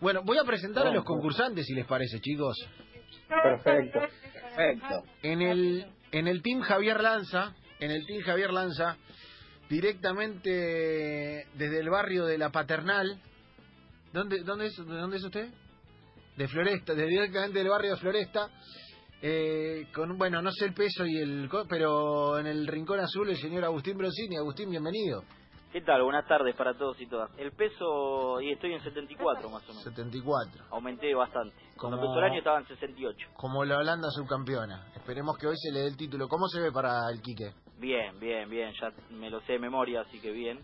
Bueno, voy a presentar a los concursantes, si les parece, chicos. Perfecto. Perfecto. En el, en el Team Javier Lanza, en el Team Javier Lanza, directamente desde el barrio de La Paternal. ¿Dónde, dónde, es, de dónde es usted? De Floresta, de- directamente del barrio de Floresta. eh, con, bueno, no sé el peso y el... co- pero en el Rincón Azul el señor Agustín Brosini. Agustín, bienvenido. ¿Qué tal? Buenas tardes para todos y todas. El peso, y estoy en 74 más o menos. 74. Aumenté bastante. Cuando Como- empezó el año estaba en 68. Como la Holanda subcampeona. Esperemos que hoy se le dé el título. ¿Cómo se ve para el Quique? Bien, bien, bien. Ya me lo sé de memoria, así que bien.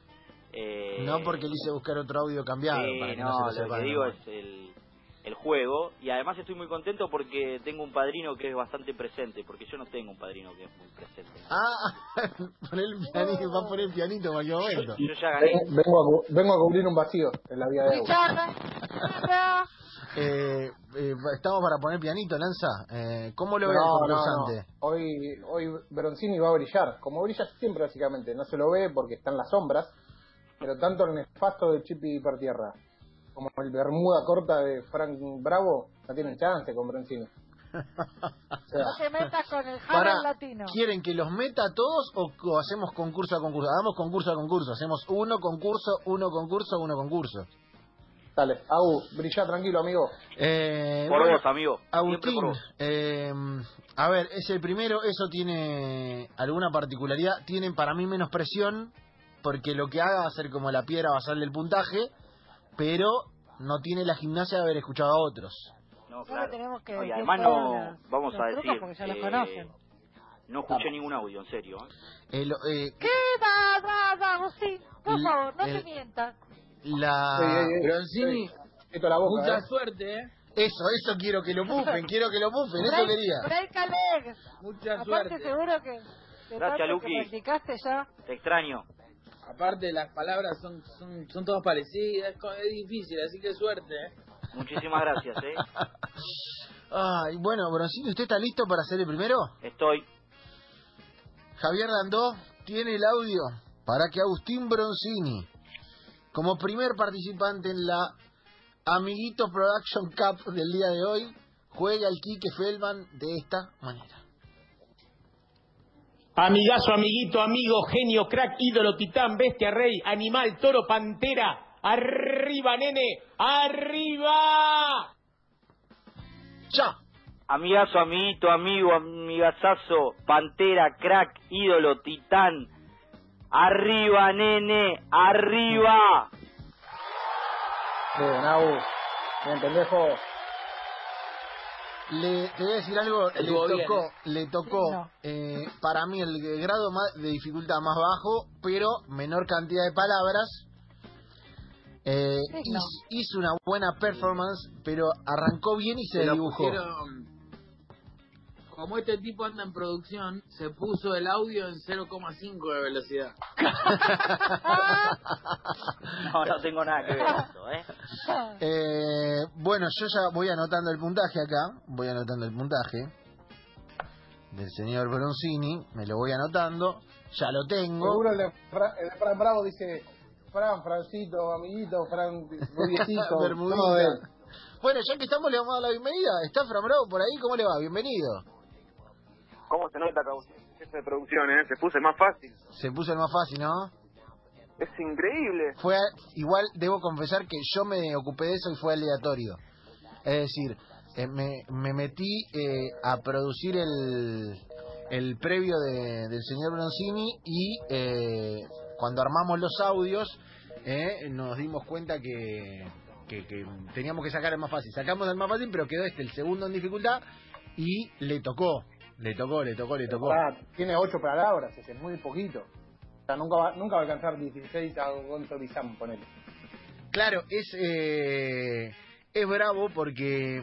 Eh, No porque le hice buscar otro audio cambiado. sí, para que no, no, se lo lo, sepa que de digo memoria. es el, el juego. Y además estoy muy contento porque tengo un padrino que es bastante presente. Porque yo no tengo un padrino que es muy presente. Ah, poné el pianito, va a poner el pianito en cualquier momento. Yo ya gané. Vengo, vengo a, cu- vengo a cubrir un vacío en la vía de agua. Eh, eh, estamos para poner pianito, Lanza. Eh, ¿Cómo lo No, ve el no, no. concursante? Hoy, hoy Broncini va a brillar, como brilla siempre básicamente. No se lo ve porque están las sombras, pero tanto el nefasto de Chipi por tierra como el Bermuda corta de Frank Bravo no tienen chance con Broncini. O sea, No te metas con el Pará, Harlem latino. ¿Quieren que los meta a todos o, o hacemos concurso a concurso? Hagamos concurso a concurso. Hacemos uno concurso, uno concurso, uno concurso. dale, Agu, brilla tranquilo, amigo. Eh, Por bueno, vos, amigo. Siempre Agustín, por vos. eh, a ver, es el primero, eso tiene alguna particularidad. Tienen para mí menos presión, porque lo que haga va a ser como la piedra basal del puntaje, pero no tiene la gimnasia de haber escuchado a otros. No, Solo claro. tenemos que No, y decir además todas no, las- vamos los a trucos decir, porque ya los eh, conocen. no escuché ningún audio, en serio. ¿eh? Eh, lo- eh, ¿Qué va, va, va, Agustín? Por L- favor, no el- te mientas. la... Ey, ey, ey, Broncini, ey, quieto la boca, Mucha eh. suerte, eh. Eso, eso quiero que lo bufen, quiero que lo bufen, eso Break- quería. break a leg. Mucha Aparte, suerte. seguro que. De Gracias, tanto que Luqui. practicaste ya. Te extraño. Aparte, las palabras son, son, son todas parecidas. co- Es difícil, así que suerte, eh. Muchísimas gracias, ¿eh? Ay, bueno, Broncini, ¿usted está listo para ser el primero? Estoy. Javier Landó tiene el audio para que Agustín Broncini, como primer participante en la Amiguito Production Cup del día de hoy, juegue al Quique Feldman de esta manera. Amigazo, amiguito, amigo, genio, crack, ídolo, titán, bestia, rey, animal, toro, pantera. Arriba, nene, arriba. ¡Ya! Amigazo, amiguito, amigo, amigazazo, pantera, crack, ídolo, titán. Arriba, nene, arriba. Bien, Agu. Bien, pendejo. Le, te voy a decir algo, le Estuvo bien, tocó, le tocó No. eh, para mí el g- grado más de dificultad más bajo, pero menor cantidad de palabras. Eh, Sí, hiz- no. hizo, una buena performance, pero arrancó bien y se, Se lo dibujó. pusieron- Como este tipo anda en producción, se puso el audio en 0,5 de velocidad. ¡Ah, No, no tengo nada que ver con eso, ¿eh? Eh, bueno, yo ya voy anotando el puntaje acá. Voy anotando el puntaje del señor Broncini. Me lo voy anotando. Ya lo tengo. Seguro el de, Fra- el de Fran Bravo dice: Fran, Francito, amiguito, Fran, rubiecito. Bermudita. No, eh. Bueno, ya que estamos, le vamos a dar la bienvenida. Está Fran Bravo por ahí. ¿Cómo le va? Bienvenido. ¿Cómo se nota que es de producción, eh? Se puso más fácil. Se puso el más fácil, ¿no? Es increíble. Fue igual, debo confesar que yo me ocupé de eso y fue aleatorio. Es decir, eh, me, me metí eh, a producir el, el previo de- del señor Bronzini y eh, cuando armamos los audios eh, nos dimos cuenta que, que- que teníamos que sacar el más fácil. Sacamos el más fácil, pero quedó este, el segundo en dificultad y le tocó. Le tocó, le tocó, le tocó. Ah, tiene ocho palabras, ese es muy poquito. O sea, nunca va, nunca va a alcanzar 16 a Gonzo Bizán, ponele. Claro, es, eh, es bravo porque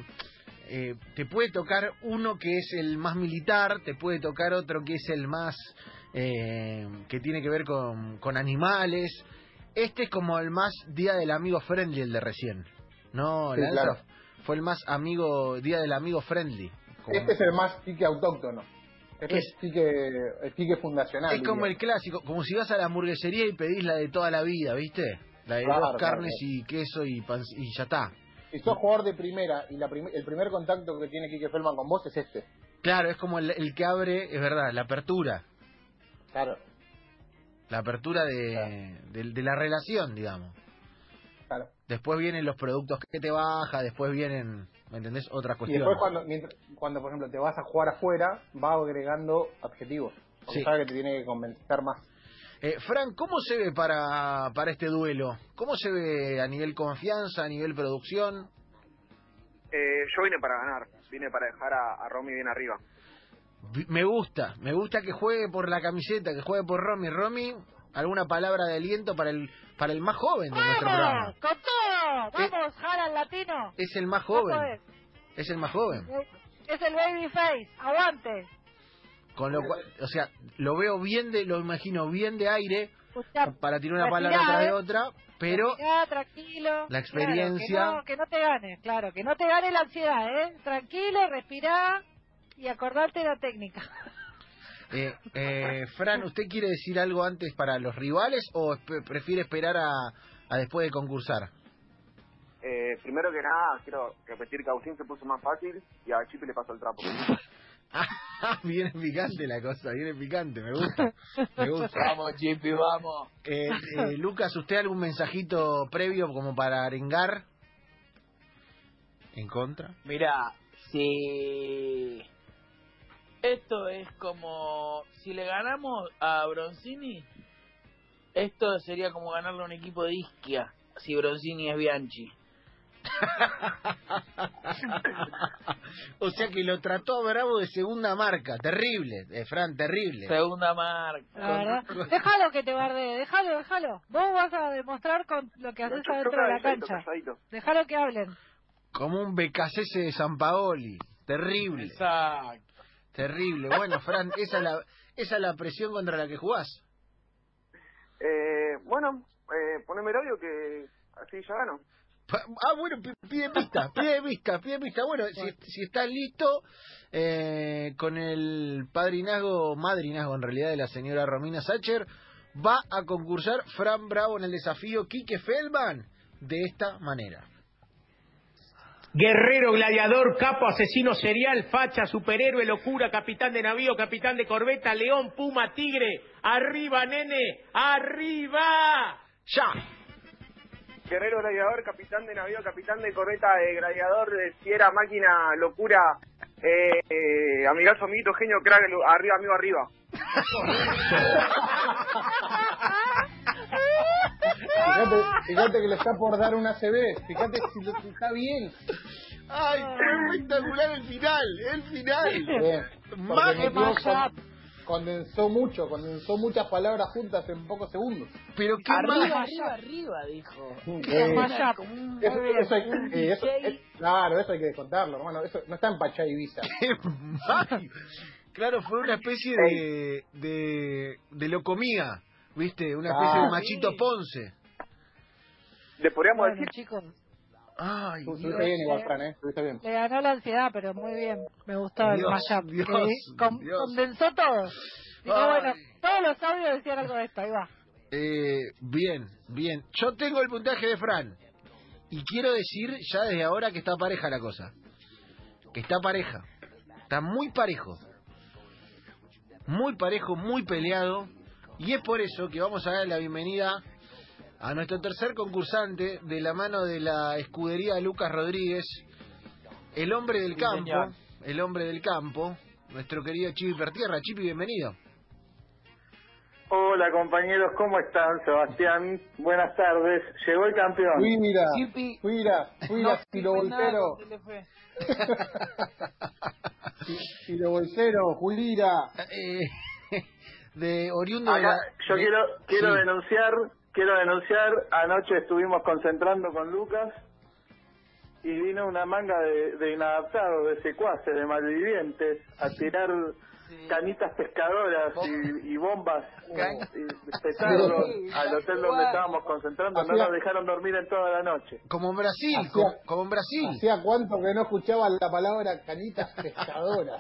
eh, te puede tocar uno que es el más militar, te puede tocar otro que es el más eh, que tiene que ver con, con animales. Este es como el más Día del Amigo Friendly, el de recién. No, Sí, Lanza claro. fue el más amigo Día del Amigo Friendly. Como- Este es el más pique autóctono. Este Es- es, pique, el pique fundacional. es como diría. el clásico, como si vas a la hamburguesería y pedís la de toda la vida, ¿viste? La de Claro, dos claro, carnes claro. y queso y, pan- y ya está. si sos jugador de primera y la prim- el primer contacto que tiene Kike Feldman con vos es este. Claro, es como el, el que abre, es verdad, la apertura. Claro, La apertura de, Claro. de- de la relación, digamos. claro. Después vienen los productos que te baja, después vienen, ¿me entendés? Otras Y cuestiones. después cuando, mientras- cuando, por ejemplo, te vas a jugar afuera, va agregando adjetivos. Porque Sí. sabe que te tiene que convencer más. Eh, Frank, ¿cómo se ve para, para este duelo? ¿Cómo se ve a nivel confianza, a nivel producción? Eh, yo vine para ganar, vine para dejar a, a Romy bien arriba. Vi- Me gusta, me gusta que juegue por la camiseta, que juegue por Romy. Romy, ¿alguna palabra de aliento para el, para el más joven de nuestro programa? ¡Vamos! ¡Con todo! ¡Vamos, Jara Latino! Es el más Eso joven, es. es el más joven. Eh, Es el baby face. ¡Aguante! Con lo cual, o sea, lo veo bien de, lo imagino bien de aire, Escuchá, para tirar una respirá, palabra atrás de eh. otra, pero Respirá, tranquilo. La Claro, experiencia- que, no, que no te gane, claro, que no te gane la ansiedad, ¿eh? Tranquilo, respirá y acordarte la técnica. Eh, eh, Fran, ¿usted quiere decir algo antes para los rivales o espe- prefiere esperar a, a después de concursar? Eh, primero que nada, quiero repetir que Agustín se puso más fácil y a Chipi le pasó el trapo. viene picante la cosa, viene picante, me gusta. Me gusta. Vamos, Chipi, vamos. Eh, eh, Lucas, ¿usted algún mensajito previo como para arengar? ¿En contra? Mira, si esto es como si le ganamos a Bronzini, esto sería como ganarle a un equipo de Isquia, si Bronzini es Bianchi. O sea que lo trató a Bravo de segunda marca, terrible, eh, Fran, terrible. Segunda marca. La verdad. Déjalo que te barde, déjalo, déjalo. Vos vas a demostrar con lo que haces adentro de la calladito, cancha. calladito. Déjalo que hablen. Como un becasese de San Paoli, terrible. Exacto. Terrible. Bueno, Fran, esa es la, esa es la presión contra la que jugás. Eh, bueno, eh, poneme el audio que así ya gano. Pa- Ah, bueno, pi- pide pista, pide pista, pide pista. Bueno, si, si estás listo eh, con el padrinazgo, madrinazgo en realidad de la señora Romina Sacher, va a concursar Fran Bravo en el desafío Quique Feldman de esta manera. Guerrero, gladiador, capo, asesino serial, facha, superhéroe, locura, capitán de navío, capitán de corbeta, león, puma, tigre. Arriba, nene, arriba. Ya. Guerrero gladiador, capitán de navío, capitán de correta, eh, gladiador, de fiera, máquina, locura, eh, eh, amigazo, amiguito, genio, crack, lu- arriba, amigo, arriba. Fíjate, fíjate que le está por dar una CB. Fíjate si, lo- si está bien. Ay, fue espectacular el final, el final. Bien. Más Porque que metió pasar. con- Condensó mucho, condensó muchas palabras juntas en pocos segundos. Pero qué Arriba, más. arriba, arriba, dijo. Eh, Mashup. Como un- Eso, eso hay, un eh, eso- DJ. eh, claro, eso hay que descontarlo, hermano. Eso no está en Pachá Ibiza. ¡Qué mal! Claro, fue una especie de, de, de locomía, ¿viste? Una especie de Ah, machito sí. Ponce. Le podríamos Bueno, decir, chicos, Ay, Tú Dios. Estuviste bien igual, Fran, ¿eh? Estuviste bien. le ganó la ansiedad, pero muy bien. Me gustó el Dios, mashup. Dios, que con- Dios. Condensó todo. Dijo, Ay. bueno, todos los audios decían algo de esto, ahí va. Eh, bien, bien. Yo tengo el puntaje de Fran. Y quiero decir ya desde ahora que está pareja la cosa. Que está pareja. Está muy parejo. Muy parejo, muy peleado. Y es por eso que vamos a dar la bienvenida a nuestro tercer concursante de la mano de la escudería Lucas Rodríguez. El hombre del Sí, campo. señor. El hombre del campo. Nuestro querido Chipi Pertierra. Chipi, bienvenido. Hola compañeros, ¿cómo están? Sebastián, buenas tardes. Llegó el campeón. Mira, Chipi. mira, mira, Tiro pues fue nada Voltero, con Telefe. Tiro Voltero, Julira. Eh, de oriundo de Acá, la- yo de- quiero quiero sí. denunciar, quiero denunciar. Anoche estuvimos concentrando con Lucas y vino una manga de, de inadaptados, de secuaces, de malvivientes a tirar Sí. canitas pescadoras y, y bombas Can- y petardos Sí, al hotel donde igual. estábamos concentrando. No Hacía- nos dejaron dormir en toda la noche. Como en Brasil, Hacía- como, como en Brasil. Hacía cuánto que no escuchaba la palabra canitas pescadoras.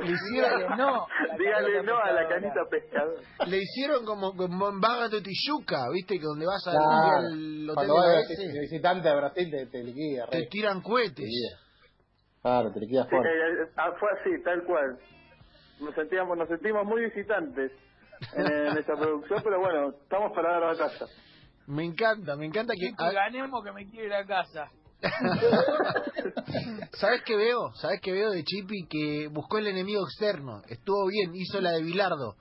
Le hicieron, no. Dígale no a la canita pescadora. le hicieron como como en Barra de Tijuca, ¿viste? Que donde vas a Claro. al hotel Cuando de vas la de S, visi- de visitante a Brasil te, te liquida, te rey. tiran cohetes. Claro, te liquida Sí, fuerte. eh, eh, ah, fue así, tal cual. Nos sentíamos, nos sentimos muy visitantes en, en esta producción, pero bueno, estamos para dar batalla. Me encanta, me encanta que... Que ganemos que me quiero ir a casa. ¿Sabes qué veo? ¿Sabes qué veo de Chipi? Que buscó el enemigo externo. Estuvo bien, hizo la de Bilardo.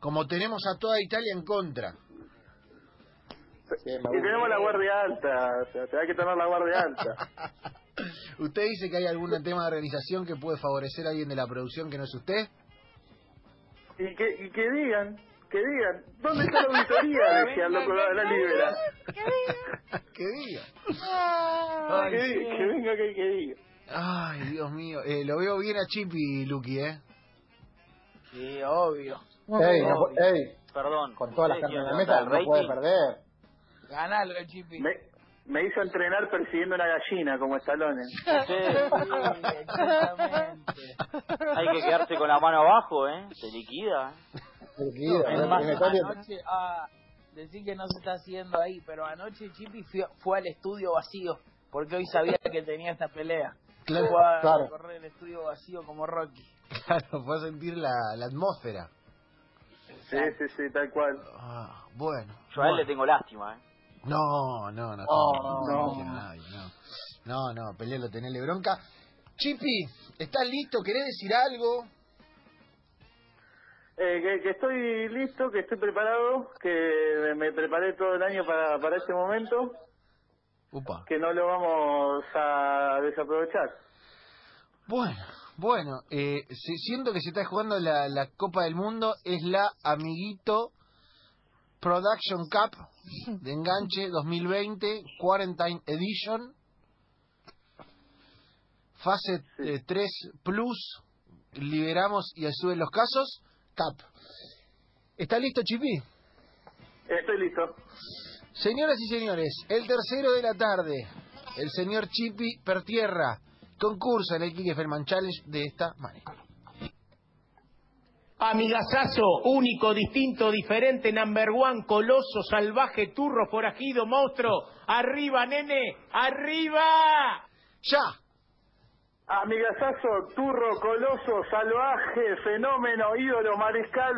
Como tenemos a toda Italia en contra. Sí, me Y gusta. tenemos la guardia alta, o sea, te hay que tener la guardia alta. ¿Usted dice que hay algún tema de organización que puede favorecer a alguien de la producción que no es usted? Y que, y que digan, que digan, ¿dónde está la auditoría? Decían los colgados de la libra. ¿Qué digo? ¿Qué diga? Ah, Que, diga- que venga que, que diga. Ay, Dios mío. Eh, lo veo bien a Chipi, Lucky, ¿eh? Sí, obvio. Ey, no po- ey, Perdón. con todas las ustedes cartas tienen en la mesa el no puede rating. perder. Ganalo, el chipi. Me, me hizo entrenar persiguiendo una gallina como Stallone. Ustedes, Sí, exactamente. hay que quedarse con la mano abajo, ¿eh? Se liquida. Te liquida, Es rey. más, En Italia- anoche, ah, decir que no se está haciendo ahí, pero anoche Chipi fui- fue al estudio vacío, porque hoy sabía que tenía esta pelea. Claro, fue a claro. correr el estudio vacío como Rocky. Claro, fue a sentir la, la atmósfera. Sí, sí, sí, tal cual. Ah, bueno. Yo a él le Oh, tengo lástima, ¿eh? No, no, no. No, no, no. No, no, pelealo, tenele bronca. Chipi, ¿estás listo? ¿Querés decir algo? Eh, que, que estoy listo, que estoy preparado, que me preparé todo el año para, para este momento, Upa. que no lo vamos a desaprovechar. Bueno, bueno, eh, se- siento que se está jugando la, la Copa del Mundo, es la Amiguito Production Cup de Enganche 2020, Quarantine Edition, fase 3 Plus, liberamos y suben los casos, Cup. ¿Está listo, Chipi? Estoy listo. Señoras y señores, el tercero de la tarde, el señor Chipi Pertierra, concursa en el Kike Ferman Challenge de esta manera. Amigazazo, único, distinto, diferente, number one, coloso, salvaje, turro, forajido, monstruo. Arriba, nene, arriba. ¡Ya! Amigazazo, turro, coloso, salvaje, fenómeno, ídolo, mariscal,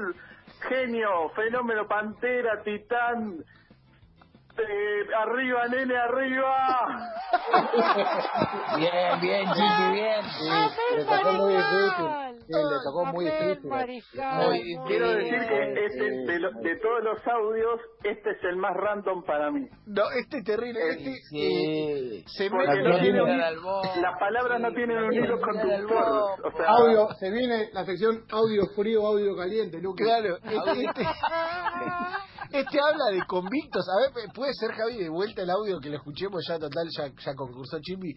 genio, fenómeno, pantera, titán. Eh, arriba, nene, arriba. Bien, bien, Chipi, bien. Sí, Abel le tocó muy Mariscal. difícil. Sí, le tocó muy Abel difícil. Mariscal, Muy difícil. muy Quiero bien. decir que es el- de, lo- Sí, de todos los audios, este es el más random para mí. No, este es terrible. Este, eh, Sí. se Porque mete no en tiene el- un- Mirar al bombo, las palabras no sí, tienen un mirar hilo al conductor. bombo. O sea, Audio, se viene la sección audio frío, audio caliente, Luque. Claro, este, este- Ah, este habla de convictos. A ver, puede ser Javi de vuelta el audio que lo escuchemos ya total, ya, ya concursó Chipi.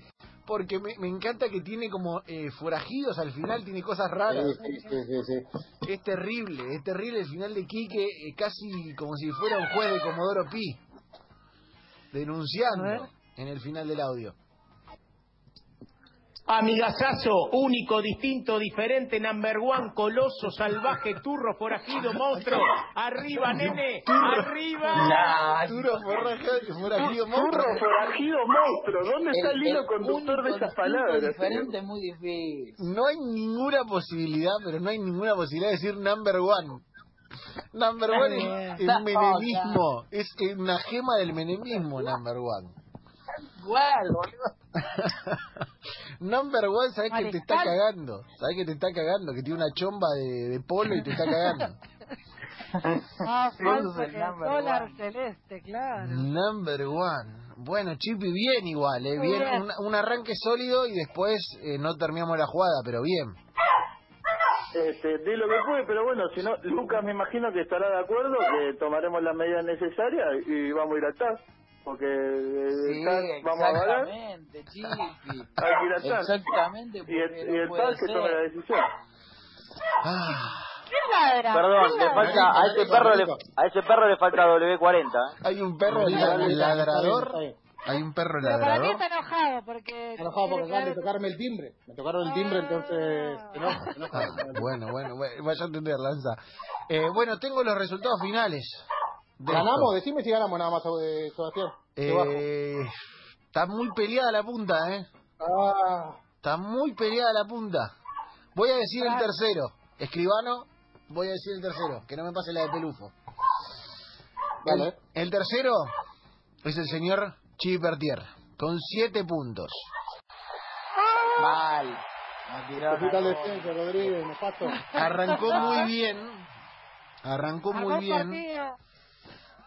Porque me, me encanta que tiene como eh, forajidos al final, tiene cosas raras. sí, sí, sí, sí. Es terrible, es terrible el final de Quique, eh, casi como si fuera un juez de Comodoro Pi, A denunciando ver. en el final del audio. Amigazazo, único, distinto, diferente, number one, coloso, salvaje, turro, forajido, monstruo. Arriba, nene, arriba. Duro forraja- forajido monstruo. Turro, forajido, monstruo. ¿Dónde está el hilo conductor de esas distinto, palabras? ¿eh? diferente, muy difícil. No hay ninguna posibilidad, pero no hay ninguna posibilidad de decir number one. Number one es, es menemismo, es una gema del menemismo, number one. Igual, boludo. Number one, sabes que te está Mariscal. cagando, sabes que te está cagando, que tiene una chomba de, de polo y te está cagando. Ah, Cruz, falta el que el number dólar one. celeste, claro. Number one. Bueno, Chipi, bien igual, ¿eh? Muy Bien, bien. un, un arranque sólido y después eh, no terminamos la jugada, pero bien. Este, de lo que puede, pero bueno, si no, Lucas me imagino que estará de acuerdo que tomaremos las medidas necesarias y vamos a ir al TAS. Porque eh, Sí, TAS vamos a ganar, exactamente, Chipi. hay que ir al TAS. Exactamente, Y el, porque no y el TAS puede que tome la ser. decisión. Ah, ¿Quién ladra? Perdón, ¿Quién le ladra? falta, a ese perro le, a ese perro le falta W40, ¿eh? hay un perro la- Está bien, está bien, ladrador. está bien. Hay un perro Pero para mí ladrador. está enojado porque... Enojado porque Claro, acaban de tocarme el timbre. Me tocaron el timbre, entonces se enoja, se enoja. Ah, bueno, bueno, bueno, vaya a entender, Lanza. Eh, bueno, tengo los resultados finales. de Ganamos, decime si ganamos nada más, eh, Sebastián. esto. Debajo. Eh, está muy peleada la punta, ¿eh? Ah, Está muy peleada la punta. Voy a decir el tercero. Escribano, voy a decir el tercero. Que no me pase la de Pelufo. dale. El tercero es el señor Chipertier, con siete puntos. Mal. Hospital de Ciencia, Rodríguez, nefasto. Eh, Arrancó muy bien. Arrancó Armó muy el bien, partido.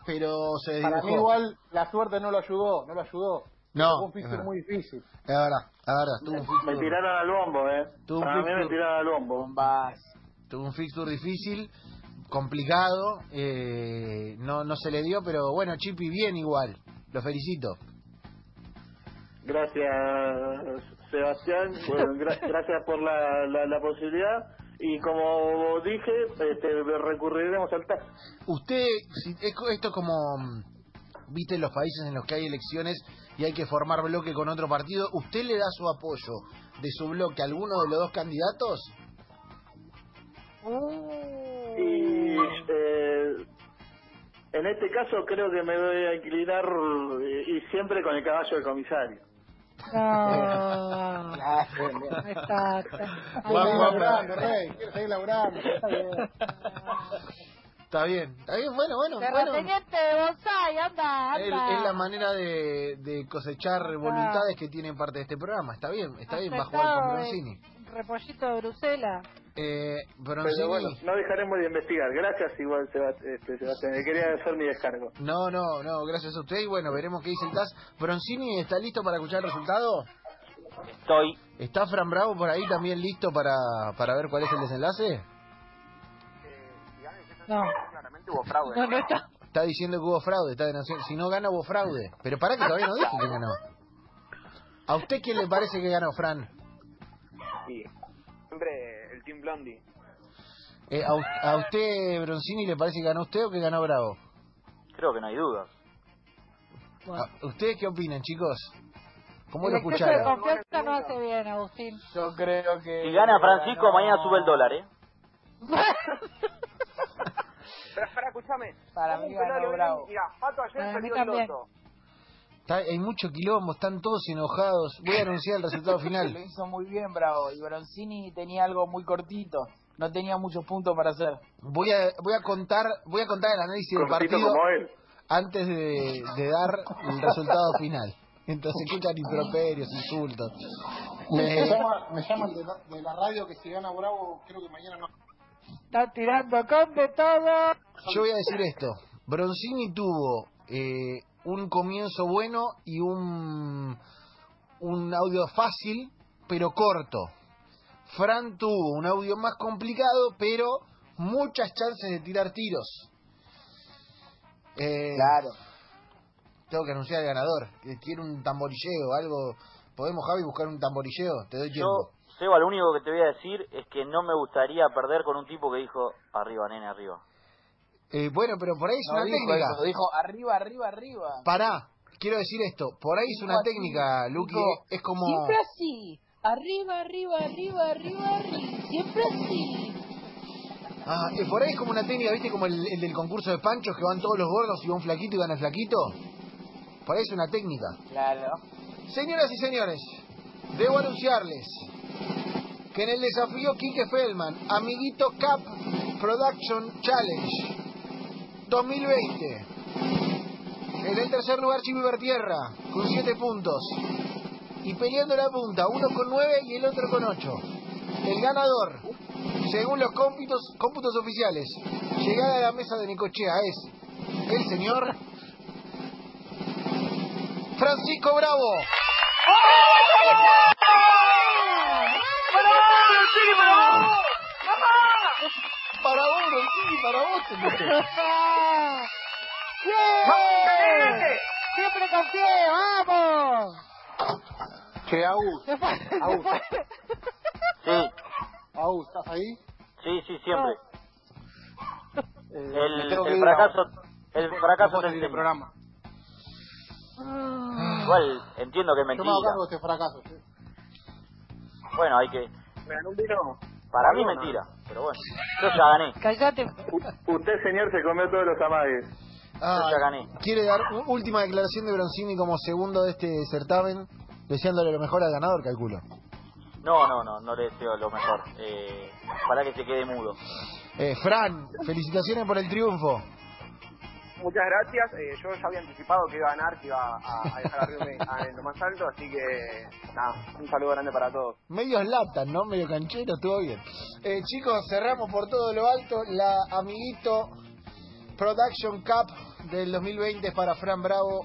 pero se Para mí desdibujó. igual la suerte no lo ayudó, no lo ayudó. No, Fue un piso es verdad. muy difícil. La verdad, la verdad, tuvo un Me fixture, tiraron al bombo, eh. Tú, Para mí me Víctor. tiraron al bombo. tuvo un fixture difícil, complicado, eh, no, no se le dio, pero bueno, Chipi bien igual, lo felicito. Gracias, Sebastián. Bueno, gra- gracias por la, la, la posibilidad. Y como dije, este, recurriremos al TAC. Usted, si- es co- esto es como, mm, viste, en los países en los que hay elecciones y hay que formar bloque con otro partido, ¿usted le da su apoyo de su bloque a alguno de los dos candidatos? Y eh, en este caso creo que me voy a inclinar eh, y siempre con el caballo del comisario. No. Exacto. Quiero seguir Ah, vamos, laburando, vamos. rey. Quiero seguir laburando. Está bien. Está bien, está bien, bueno, bueno, bueno. Terrateniente de bonsai, anda, Es, anda. es la manera de, de cosechar voluntades que tiene parte de este programa. Está bien, está bien, va a jugar con Afectado de Bronzini. Repollito de Bruselas. Eh, Bronzini, Pero bueno, no dejaremos de investigar. Gracias igual, Sebast- este, Sebastián. Quería hacer mi descargo. no, no, no, gracias a usted. Y bueno, veremos qué dice el TAS. Bronzini, ¿está listo para escuchar el resultado? Estoy. ¿Está Fran Bravo por ahí también listo para, para ver cuál es el desenlace? No, Claramente hubo fraude. no, no está. Está diciendo que hubo fraude. Está denunciando- si no gana, hubo fraude. Pero para que todavía no dijo que ganó. ¿A usted quién le parece que ganó, Fran? Y siempre el Team Blondie. Eh, a, u- ¿A usted, Bronzini, le parece que ganó usted o que ganó Bravo? Creo que no hay dudas. Ah, ¿Ustedes qué opinan, chicos? ¿Cómo El lo exceso de escucharon? confianza no hace bien, Agustín. Yo creo que. Si gana Francisco, mañana sube el dólar, ¿eh? Pero espera, escúchame. Para Dame mí un pelado, ganó Leonín. Bravo. Mirá, Pato ayer Para mí perdió el también. loto. Está- hay mucho quilombo, están todos enojados. Voy a anunciar el resultado Lo final. hizo muy bien, Bravo. Y Bronzini tenía algo muy cortito. No tenía muchos puntos para hacer. Voy a, voy a contar voy a contar el análisis del Cortito partido como él. antes de, de dar el resultado final. Entonces escuchan improperios, insultos. Me Eh, llama- me llaman de la, de la radio que si gana Bravo, creo que mañana no. Están tirando con de todo. yo voy a decir esto. Bronzini tuvo eh, un comienzo bueno y un, un audio fácil, pero corto. Fran tuvo un audio más complicado, pero muchas chances de tirar tiros. Eh, Tengo que anunciar al ganador. que Quiere un tamborilleo, algo. ¿Podemos, Javi, buscar un tamborilleo? Te doy tiempo. Yo, Seba, lo único que te voy a decir es que no me gustaría perder con un tipo que dijo, arriba, nene, arriba. Eh, bueno, pero por ahí es No una dijo técnica. eso, dijo arriba, arriba, arriba. Pará, quiero decir esto. Por ahí es una Dijo así, técnica, Luqui. dijo, Es como. Siempre así. Arriba, arriba, arriba, arriba, arriba. Siempre así. Ah, eh, por ahí es como una técnica, ¿viste? Como el, el del concurso de panchos que van todos los gordos y va un flaquito y gana el flaquito. Por ahí es una técnica. Claro. Señoras y señores, debo anunciarles que en el desafío Quique Feldman, Amiguito Cap Production Challenge 2020, en el tercer lugar Chibi Bertierra, con 7 puntos, y peleando la punta, uno con 9 y el otro con 8. El ganador, según los cómputos, cómputos oficiales, llegada a la mesa de Necochea es el señor Francisco Bravo. Para vos, Roncini, para vos. te meto. ¡Bien! Siempre confié, vamos. Che, Agus, Se fue, se Au. fue. Sí, Agus, ¿estás ahí? sí, sí, siempre. Eh, El, me tengo que el ir, Agus. fracaso, el No fracaso puedo del salir del tema. programa. Ah. Igual entiendo que es Yo me hago mentira. cargo de este fracaso. ¿sí? Bueno, hay que... Me ganó un vino. Para mí Perdona. mentira, pero bueno. Yo ya gané. Cállate. U- usted, señor, se comió todos los amagues. Yo ya gané. Ah, Quiere dar u- última declaración de Bronzini como segundo de este certamen, deseándole lo mejor al ganador, calculo. No, no, no, no le deseo lo mejor. Eh, para que se quede mudo. Eh, Fran, felicitaciones por el triunfo. Muchas gracias. Eh, yo ya había anticipado que iba a ganar, que iba a, a dejar a River a- en lo más alto, así que nada, un saludo grande para todos. Medios latan, ¿no? Medio canchero, estuvo bien. Eh, chicos, cerramos por todo lo alto la Amiguito Production Cup del 2020 para Fran Bravo.